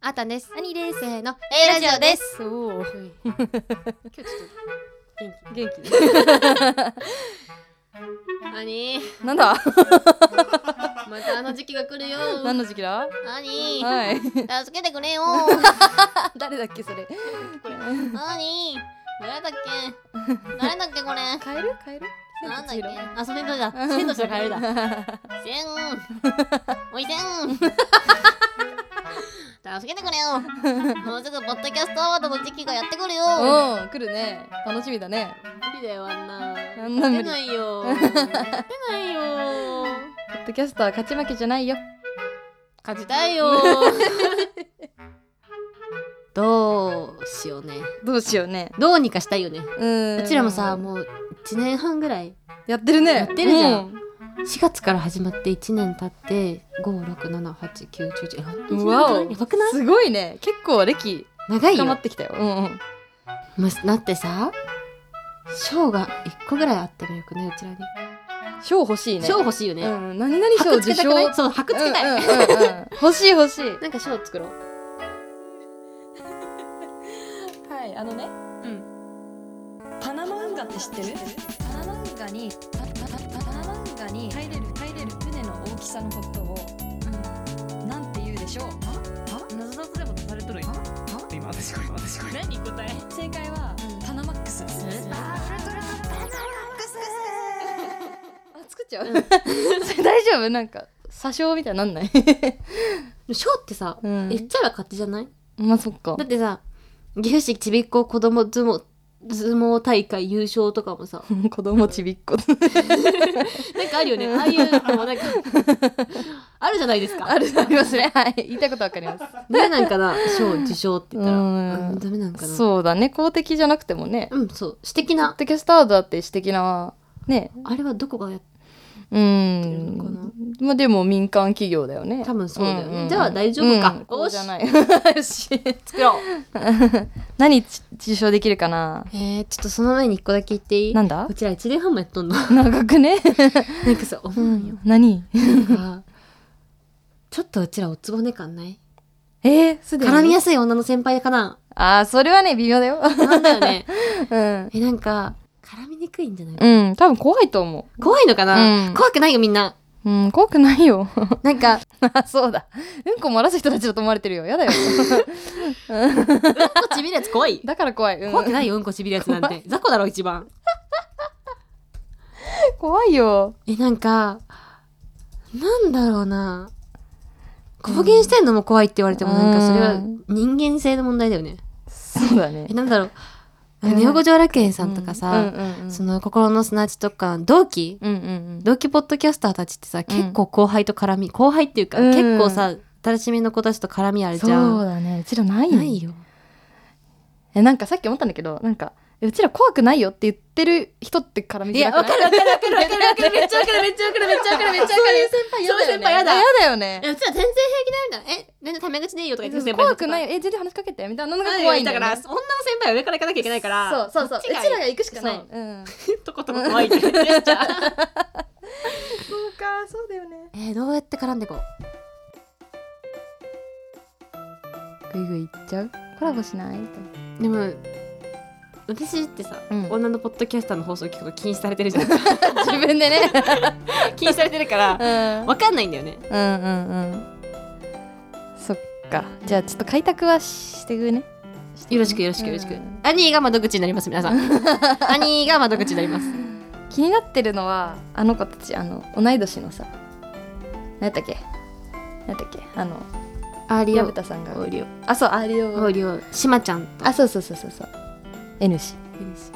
あーたんです。兄ですせーの、。A ラジオですおお今日ちょっと元元気気。兄、なんだまたあの時期が来るよ。何の時期だ兄、はい助けてくれ よ。誰だっけそ れ兄、誰だっけ？誰だっけこれ？変える変えるなんだっけ？あ、それだだ。 千と千尋カエルだ。だせん。おいせん。 助けてくれよ。もうすぐポッドキャストアワードの時期がやってくるよ。おお来るね楽しみだね無理だよあんなあんな無勝理てない よ勝てないよポッドキャスター勝ち負けじゃないよ勝ちたいよ どうしようねどうしようねどうにかしたいよねうーうんちらもさもう1年半ぐらいやってるねやってるじゃんう4月から始まって1年経って5678910うわおやばくないすごいね結構歴長いよ深まってきたようんうんまだってさ賞が1個ぐらいあってもよくないうちらに賞欲しいね賞欲しいようねんうん何々賞箔つけ受たくな賞いそう箔つけたい、うんうんうんうん欲しい欲しいなんか賞作ろうはい、あのね。パナマ運河って知ってるパナマ運河にパパパナマ運河に入れる入れる船の大きさのことを、なんて言うでしょう謎々でも出されとる今今私これ私これ何答え正解は、パナマックスあ、作っちゃう。それ大丈夫なん か、詐称みたいになんない。 賞ってさ、うん言っちゃえば勝手じゃないまあ、そっかだ。ってさ岐阜市ちびっこ子供相撲相撲大会優勝とかも さ子供ちびっこ。なんかあるよねああいうのも なんか あるじゃないですかある、ありますね。 はい。言いたいことわかります。誰なんかな賞受賞って言ったらうんうんダメなんかなうそうだね。公的じゃなくてもね。んそう私的ポッなドキャスターだって私的な、ね。あれはどこがやっう。るのかなんまあ、でも民間企業だよね。多分そうだよねんんじゃあ大丈夫かうんこうじゃない。 よし。作ろう何ち受賞できるかなえー、ちょっとその前に一個だけ言っていいなんだこちら1年半もやっと んのな長くね。んかさ思うんよ 何なんかちょっとうちらおつぼね感ないえー、すでに。絡みやすい女の先輩かなああ、それはね、微妙だよ。 なんだよねうん。えなんか絡みにくいんじゃないうん、多分怖いと思怖いのかな、うん怖くないよみんなう。うん、怖くないよ。なんかあ そうだ。うんこ漏らす人たちだと思われてるよ。やだよ。うんこちびるやつ怖いだから怖い。う ん、怖くないようんこちびるやつなんて雑魚だろ一番怖いよ。えなんかなんだろうな公言してんのも怖いって言われても、うんなんかそれうはん人間性の問題だよねそうだねえ。なんだろううんネオ五条楽園さんとかうんさ、うんうん、その心の砂地とか同期うんうん同期ポッドキャスターたちってさ、結構後輩と絡み後輩っていうか、うん結構さ新しめの子たちと絡みあうるん。じゃんそうだね。うちらないよ。ないよえ、なんかさっき思ったんだけど、なんか、うちら怖くないよって言ってる人ってから見いてや、なわくかないるわかるわかるわかるわかる。めっちゃわかるめっちゃわかるめっちゃわかるめっちゃわかる。そういう先輩やだやよね。だよね。え、うちは全然平気だよみたいな。え、全然タメ口でいいよとか言って怖くない。いよ。え、全然話しかけて。みたいなのが怖怖いいんんだだよ、かね。ら、女の先輩は上から行かなきゃいけないから。そうそうそう。うこっちらが行くしかない。そう うん。とことも怖いけど。やっちゃ うそうか、そうだよね。えー、どうやって絡んでこう。ぐいぐい行っちゃうコラボし ないでも、私ってさ、うん女のポッドキャスターの放送聞くの禁止されてるじゃん。自自分 でね。禁止されてるから、うん。わかんないんだよね。うんうんうん。そっか。じゃあちょっと開拓はしてくね。よろしくよろしくよろしく。うん兄が窓口になります、皆さん。兄が窓口になります。気になってるのはあの子たちあの同い年のさ何やったっけ何やったっけあのアーリ矢オ。蓋さんがオーリオ。あそうアリオオーリオ。しまちゃんと。あそうそうそうそうそう N 氏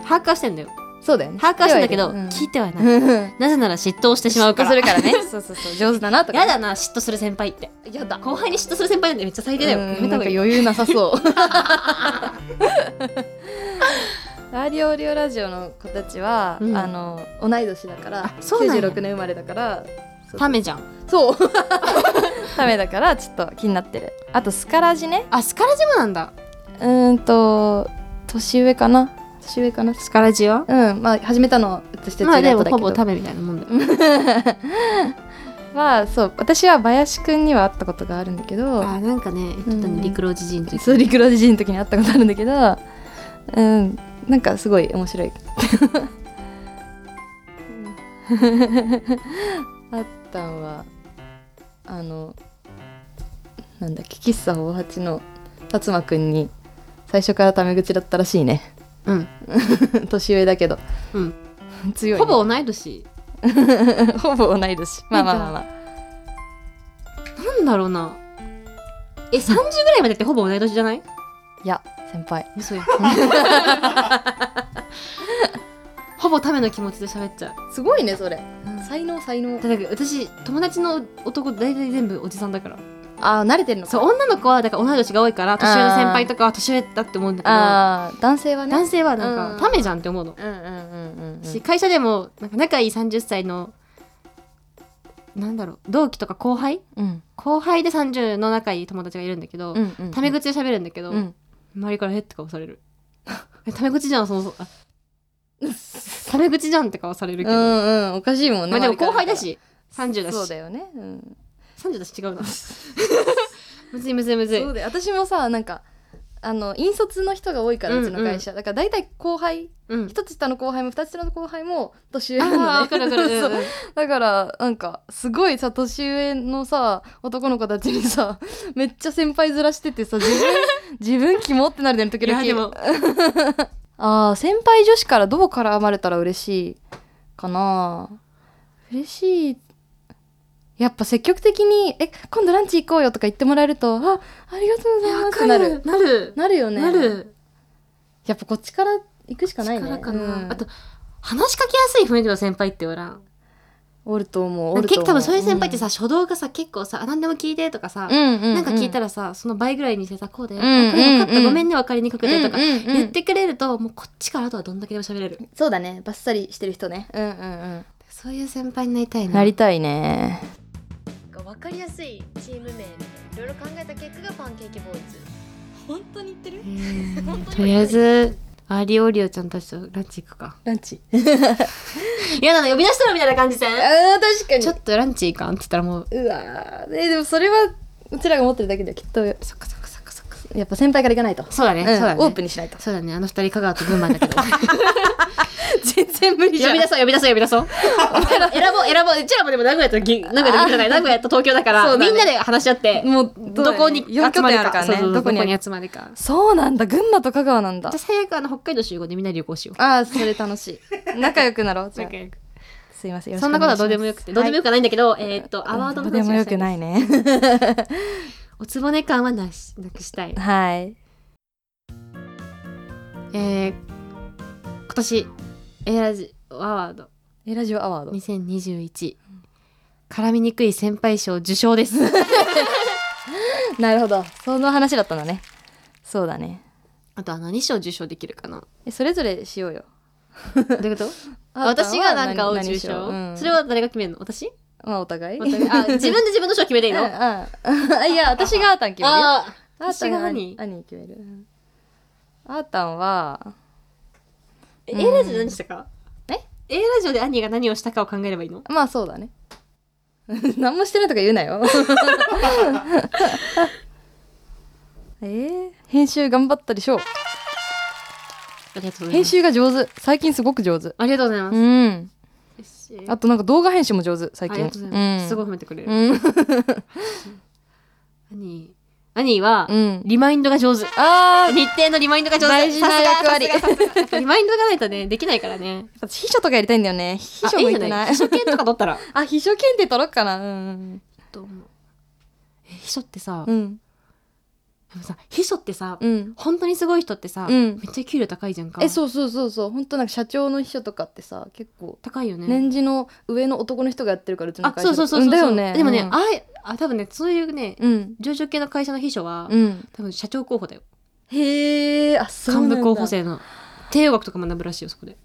把握はしてんだよ。そうだよね把握はしてんだけど、うん聞いてはいない。うん なぜなら嫉妬をしてしまうから。嫉妬するからね そうそうそう上手だなとか やだな、嫉妬する先輩って。やだ後輩に嫉妬する先輩なんてめっちゃ最低だよ。やめた方なんかがい余い。裕なさそう ラディオリオラジオの子たちは、うんあの同い年だからそうなんや96年生まれだからタメじゃん。そう ダメだからちょっと気になってるあとスカラジねあ、スカラジもなんだ。うーんと年上かな年上かなスカラジはうんまあ始めたの私たちまあので後もだけど、ほぼタメみたいなもんだよ。はそう私は林くんには会ったことがあるんだけどあなんかね言ってたうねん陸老知人というそう陸路人の時に会ったことあるんだけどうんなんかすごい面白いあったんはあのなんだっけ喫茶大八の達馬くんに最初からタメ口だったらしいね うん年上だけどうん強い、ね、ほぼ同い年ほぼ同い年まあまあまあまあなんだろうなえ30ぐらいまでってほぼ同い年じゃないいや先輩嘘や ほぼための気持ちで喋っちゃうすごいねそれうん才能才能だって私友達の男大体全部おじさんだからああ慣れてるのかそう女の子はだから同い年が多いから年上の先輩とかは年上だって思うんだけどああ男性はね男性はなんうんかためじゃんって思うの、うんうんうんうんし会社でもなんか仲いい30歳のなんだろう同期とか後輩うん後輩で30の仲いい友達がいるんだけど、うんうんタメ口で喋るんだけど、うん周りから「えっ?」て顔される 「えタメ口じゃんそも そも」あ「タメ口じゃん」って顔されるけうど、んうんおかしいもんねまあでも後輩だ周りし30かだらそうしだよねうん30だし違 うなむずいむずいむずいそうだよ私もさなんかあの引率の人が多いからうんううんちの会社だから大体後輩うん一つ下の後輩も二つ下の後輩も年上 あなのねあ分かる分かる そううんうんだからなんかすごいさ年上のさ男の子たちにさめっちゃ先輩ずらしててさ 自分自分キモってなるね時々いやでもあー先輩女子からどう絡まれたら嬉しいかな嬉しいやっぱ積極的に「え今度ランチ行こうよ」とか言ってもらえると「あありがとうございます」ってなるなるなるよねなるやっぱこっちから行くしかないね力かな、うんあと話しかけやすい雰囲気の先輩っておらんおると思うおる結と思構多分そういう先輩ってさ、初動がさ結構さあ何でも聞いてとかさ、うんうんうん、なんか聞いたららさその倍ぐらいにしてさこうで、んうんうんあこれ分かったごめんね分かりにくくてとか、うんうんうん言ってくれるともうこっちからあとはどんだけでも喋れるそうだねバッサリしてる人ねうんうんそういう先輩になりたいうんななりたいね分かりやすいチーム名いろいろ考えた結果がパンケーキボーイズ本当に言ってるうんとりあえずアーリーオリオちゃんたちとランチ行くかランチ嫌なの呼び出したのみたいな感じであー確かにちょっとランチ行かんって言ったらもううわーえでもそれはうちらが持ってるだけではきっとやそっかそっかそっかそっかっぱ先輩から行かないとそうだね、うんそうだねオープンにし ないとそうだねあの二人香川と群馬だけ ど全然無理呼び出そう呼び出そう呼び出そう選ぼう選ぼううちらもでも名古屋とぎ名古屋と岐阜じゃ ない名古屋と東京だからそうだねみんなで話し合ってもうどこに集まる拠か点あるからそうねそうそうどどここにに集まるかそうなんだ群馬と香川なんだじゃあ最悪あの北海道集合でみんなで旅行しようああそれ 楽しい仲良くなろうじゃあすいませんよろしくそんなことはどうでもよくてどうでもよくはないんだけど、えーっとおアワ願いしますードどのうで話もをよしたくいないね おつぼね感はなしなくしたいはいえー、今年エラジオアワードえラジオ アワード2021絡みにくい先輩賞受賞ですなるほどその話だったんだねそうだねあとは何賞受賞できるかなえそれぞれしようよどういうことああんたは 私がなんかを何受何しよ賞、ううんそれは誰が決めるの私まあお互いまた あ自分で自分の賞決めていいのうんあうんあいや私があーたん決めるよああーた私んがが何兄兄決めるあーたんはえうん A ラジオで何したかえ A ラジオで兄が何をしたかを考えればいいのまあそうだね 何もしてないとか言うなよ えー、編集頑張ったでしょうありがとうござい編ます集が上手最近すごく上手ありがとうございまうす、ん嬉しいあとなんか動画編集も上手最あ近りがとうございます、すごいい褒めてくれる、うん、兄兄は、うん、リマインドが上手あー日程のリマインドが上手大事な役割さすがさすがさすがやっぱリマインドがないとねできないからね秘書とかやりたいんだよね秘書あ向いじてゃない秘書券とか取ったら あ秘書検定取ろっかなうん と思うえ秘書ってさ、うでんもさ秘書ってさ、うん本当にすごい人ってさ、うんめっちゃ給料高いじゃんかえそうそうそうそう本当なんか社長の秘書とかってさ結構高いよね年次の上の男の人がやってるからうちのあ会社そうそうそうそんうだよねでもね、うんああ多分ねそういうね、うん上場系の会社の秘書は、うん多分社長候補だよへえあそうなん幹だ部候補生の帝王学とか学ぶらしいよそこで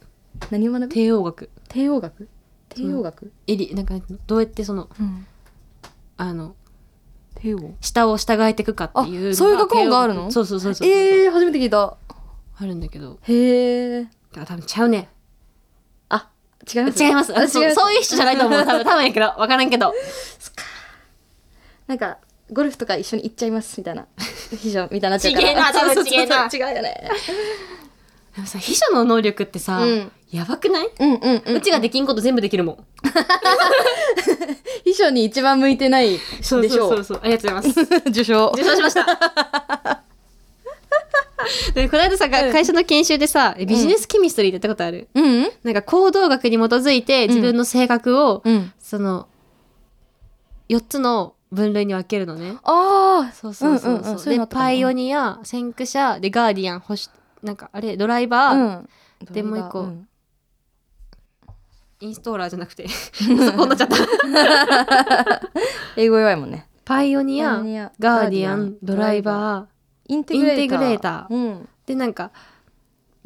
何を学ぶ帝王学帝王学帝王学えりなんかどうやってそのうんあの帝王下を従えていくかっていうのあそういう学問があるのそうそうそうそう、えー、初めて聞いたあるんだけどへえあ多分ちゃうねあ違います違います。ああそうそういう人じゃないと思う。多分、多分やけど、わからんけど。なんかゴルフとか一緒に行っちゃいますみたいな秘書みたいに なっちゃうちからげえな多分ちげえな違うよねでもさ、秘書の能力ってさ、うんやばくない、うんうんううちができんこと全部できるもん。秘書に一番向いてないでしょうそうそう。ありがとうございます。 受賞 受賞しました。 でこの間さ、が会社の研修でさ、ビジネスケミストリーってやったことある、うんうんなんか行動学に基づいて自分の性格を、うんその、4つの分類に分けるのね。ああそうそうそうそう。うんうんうんそういうのあで、ったかもパイオニア、先駆者、で、ガーディアン、保守、なんかあれ、ドライバー、うんでもう一個んインストーラーじゃなくて、 そこになっちゃった。英語弱いもんね パイオニア、ニアガーディアン、ドライーバー、インテグレーターインテグレーターうんで、なんか、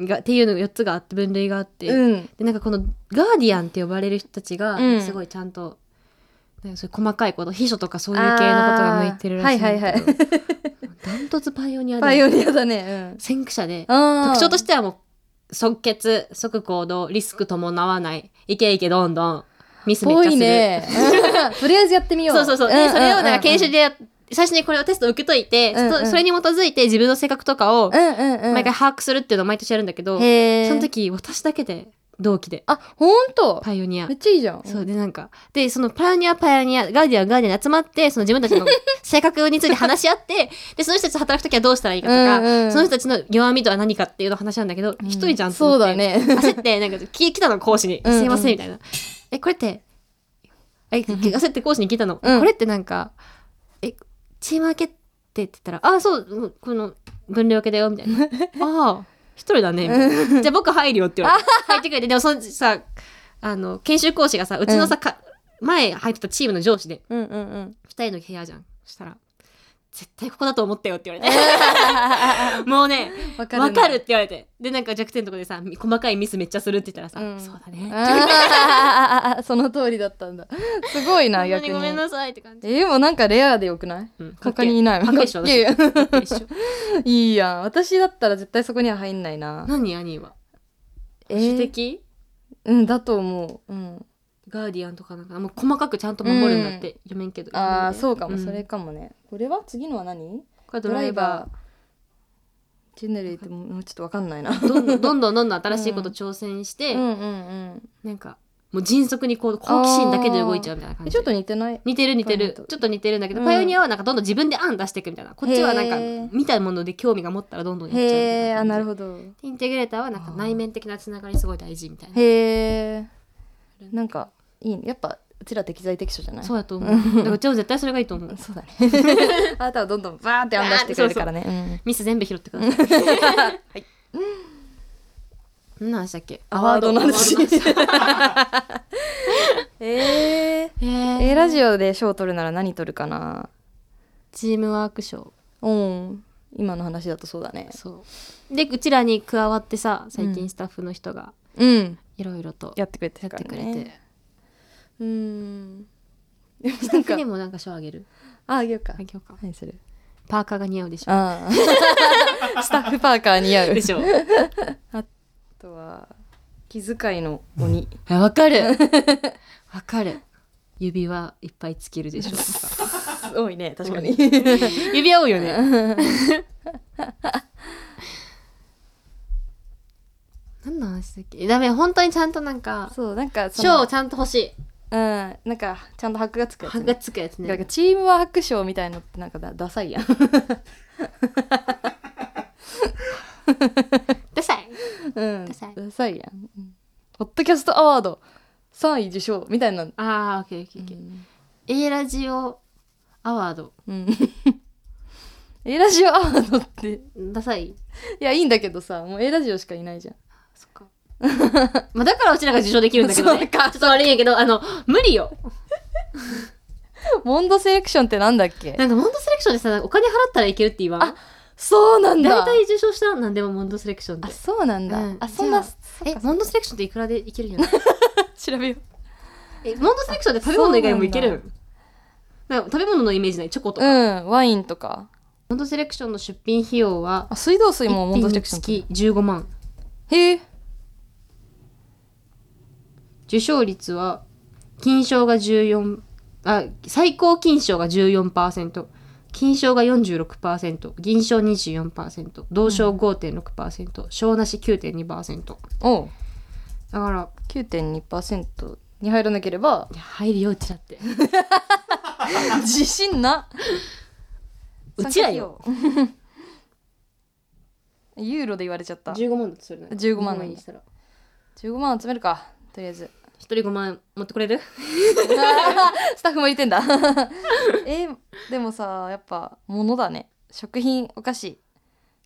がっていうのが4つがあって、分類があって、うんで、なんかこのガーディアンって呼ばれる人たちがう、んすごいちゃんと、なんかそういう細かいこと、秘書とかそういう系のことが向いてるらしいんだけど。あーはいはいダントツパイオニアパイで、オニアだね先駆者で、うん特徴としててはもう即決即行動リスク伴わないイケイケどんどんミスめっちゃ多するいね うんとりあえずやってみようそうそうそう、んんでそれをなんか研修んでや最初にこれをテスト受けといて、うんうんそそれに基づいて自分の性格とかをうんうんうん毎回把握するっていうのを毎年やるんだけど、へえその時私だけで同期であほんとパイオニアめっちゃいいじゃんそうでなんかでそのパイオニアパイオニアガーディアンガーディアン集まってその自分たちの性格について話し合 ってでその人たちと働く時はどうしたらいいかとか、うんうんその人たちの弱みとは何かっていうのを話し合うんだけど一、人じゃんと思そってうだね 焦って、なんか、き来たの、講師に。うんうんすいません、みたいな。え、これって、え、焦って講師に聞いたの。うんこれってなんか、え、チーム分けって言ったら、あ、そう、うんこの、分類分けだよ、みたい な。ああ、一人だね、みたいな。じゃあ僕入るよって言われて。入ってくれて、でもそのさ、あの、研修講師がさ、うちのさ、か前入ってたチームの上司で、うんうん うん二人の部屋じゃん。そしたら、絶対ここだと思ったよって言われて。 もうね、わかるわかるって言われて。で、なんか弱点とかでさ、み細かいミスめっちゃするって言ったらさ、うんそうだね。あ ーその通りだったんだすごい本な当逆ににごめんなさいって感じ。えでもなんかレアでよくない うん他にいないかっけえっしょいやいやかっけえっしょいいやん私だったら絶対そこには入んないな何兄は。え主ー、的うんだと思う、うん、ガーディアンとかなんか、もう細かくちゃんと守るんだって読めんけど。ああそうかも、んそれ。かもねこれは次のは何これドライバージェネレートももうちょっとわかんないなー。どんどんどんどんどん新しいこと挑戦して、うんうんなんか、もう迅速にこう、好奇心だけで動いちゃうみたいなう感んじ。ちょっと似てない似てる似てるパイオニアとちょっと似てるんだけど、うんパイオニアはなんかどんどん自分で案出していくみたいなこっちはなんかへー見たもので興味が持ったらどんどんやっちゃうみたいへえあ感じなるほどインテグレーターはなんか内面的なつながりすごい大事みたいなへえなんかいいねやっぱうちら適材適所じゃないそうやと思うだからうちも絶対それがいいと思うそうだね あなたはどんどんバーって案出してくれるからねうんミス全部拾ってくださいはい何でしたっけアワードの話アワードの話えー、えーえーラジオで賞を取るなら何取るかなチームワークショーうん今の話だとそうだねそうでうちらに加わってさ最近スタッフの人がうんいろいろとややってくれてやってくれてうんスタッフにもなんか賞あげる ああげようかあげようか何するパーカーが似合うでしょあ あスタッフパーカー似合うでしょあとは気遣いの鬼えわかる わかる指輪いっぱいつけるでしょとか多いね確かに 指輪多いよね 何の話だっけダメ本当にちゃんとなんかそうなんかそ賞のをちゃんと欲しいうんなんかちゃんと箔がつくやつ箔ねがつくやつなんかねチームワーク賞みたいのってなんかだダサいやんダサいうんダサいダサいやんうんポッドキャストアワード3位受賞みたいなうあーオッケーオッケーオッケーん A ラジオアワードうん A ラジオアワードっていダサいやいいんだけどさもう A ラジオしかいないじゃんそっかまあだからうちらが受賞できるんだけどそねうちょっと悪いんやけどあの無理よモンドセレクションってなんだっけなんかモンドセレクションでさお金払ったらいけるって言わんあそうなんだ大体受賞したなんでもモンドセレクションであそうなんだ、うんあそんなじゃそっえかモンドセレクションっていくらでいけるんやない調べよう えモンドセレクションで食べ物以外もいけるんなんか食べ物のイメージないチョコとうか、んワインとかモンドセレクションの出品費用はあ水道水一もモンド品にセレクションつき15万へえ受賞率は金賞が14あ最高金賞が14%金賞が46%銀賞24%銅賞5.6%、賞なし9.2%だおうから9.2%に入らなければ いや入るようちだって自信なうちらよ参加費用 ユーロで言われちゃった15万だとそれない15万なんだにしたら15万集めるかとりあえ ず1人5万持ってこれるスタッフも入れてんだ えーでもさやっぱ物だね食品お菓子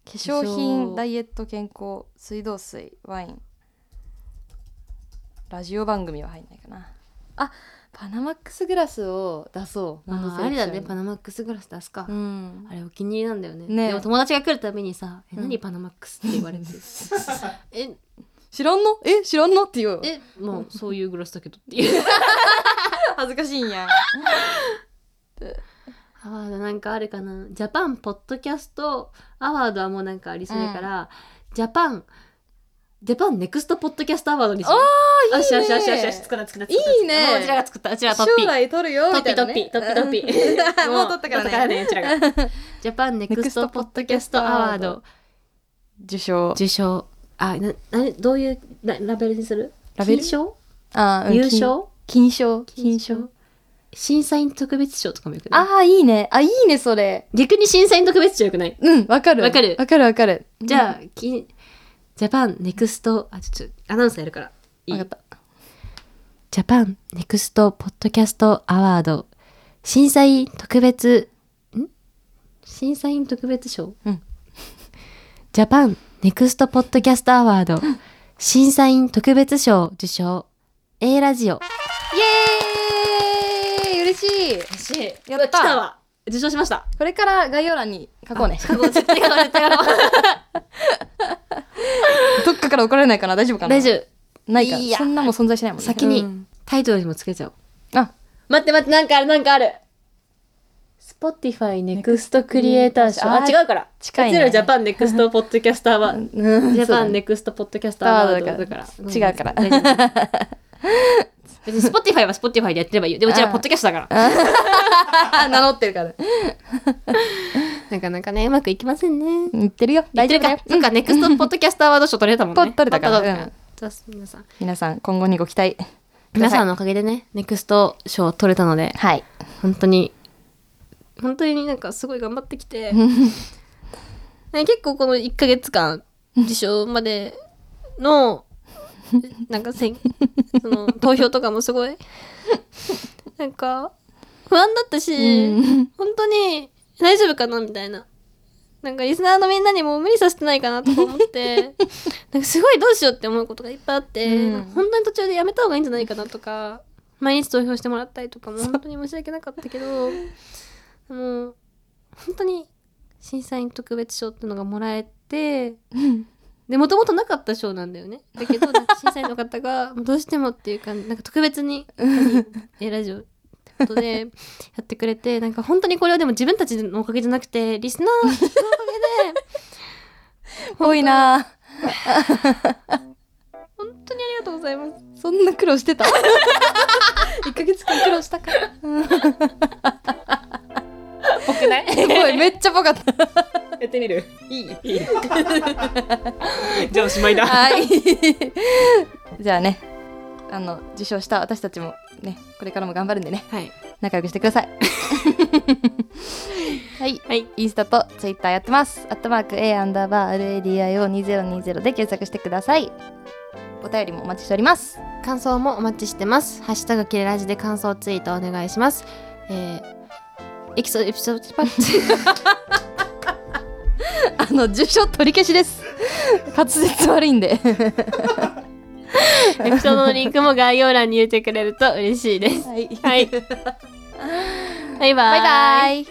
化粧化粧品ダイエット健康水道水ワインラジオ番組は入んないかなあパナマックスグラスを出そうあーあれだねパナナマックスグラス出すか、うんあれお気に入りなんだよねねでも友達が来るたびにさ「えうん何パナマックス」って言われて え知らんのえ知らんのって言うよえもうそういうグラスだけどっていう 恥ずかしいんやアワードなんかあるかなジャパンポッドキャストアワードはもうなんかありそうだから、ジャパンジャパンネクストポッドキャストアワードにしようあーいいねよしよしよしよしよし作った作った作ったいいねもううちらが作ったうちらトッピ将ー来取るよトみッピたーいトなッねピートッピートッピー もう取ったからねうちらがジャパンネクストポッドキャストアワード受賞受賞あななどういうララベルにするラベル金賞あーうん優勝金賞金金賞賞審査員特別賞とかもよくないああいいねあいいねそれ逆に審査員特別賞よくないうんわかるわかるわかるわかるじゃあ、金ジャパンネクストあちょっとアナウンサーやるからいわいかったジャパンネクストポッドキャストアワード審査員特別ん審査員特別賞、うんジャパンネクストポッドキャストアワード審査員特別賞受賞 A ラジオイエーイ嬉しい嬉しいやった来たわ受賞しましたこれから概要欄に書こうね過去絶対やろう絶対やろうどっかから怒られないかな 大丈夫かな大丈夫夫ないかいやそんなもん存在しないもんね先にうんタイトルにもつけちゃおうあ待って待ってなんかあるなんかある Spotify ネクストクリエイター賞ああ違うから近いねゼロジャパンネクストポッドキャスターはジ うんャそうパだンねネクストポッドキャスターアワードアワーだドだかからら違うから大丈夫 別に Spotify は Spotify でやってればいいよでもうちらあーポッドキャストだからあ 名乗ってるからなかなかねうまくいきませんね言ってるよ大丈夫だよなんかネクストポッドキャストアワード賞取れたもんねと取れたから取れうんじゃあ皆さん皆さん今後にご期待皆さんんのおかげでねネクスト賞取れたのではい本当に本当になんかすごい頑張ってきて、 ね、結構この1ヶ月間受賞までのなんかせんその投票とかもすごいなんか不安だったし、うん本当に大丈夫かなみたいな。なんかリスナーのみんなにも無理させてないかなとか思って なんかすごいどうしようって思うことがいっぱいあって、うんなんか本当に途中でやめた方がいいんじゃないかなとか毎日投票してもらったりとかも本当に申し訳なかったけどもう本当に審査員特別賞っていうのがもらえてでもともとなかった賞なんだよねだけどなんか審査員の方がどうしてもっていうかなんか特別に「えラジオ」ってことでやってくれてなんか本当にこれはでも自分たちのおかげじゃなくてリスナーのおかげで多いな本当にありがとうございます。そんな苦労してた 一ヶ月間苦労したから僕ないすごいめっちゃ ぽかったやってみるじゃあおしまいだ。はい。じゃあね、あの受賞した私たちもね、これからも頑張るんでね、はい仲良くしてください。はい、 はいインスタとツイッターやってます。アットマーク A アンダーバー RADIO 二ゼロ二ゼロで検索してください。お便りもお待ちしております。感想もお待ちしてます。ハッシュタグキレラジで感想ツイートお願いします。えー、エキソエピソードパッあの受賞取り消しです。滑舌悪いんで。チ エピソードのリンクも概要欄 に入れてくれると嬉しいです。はい。はい。バイバイ。バイバイ。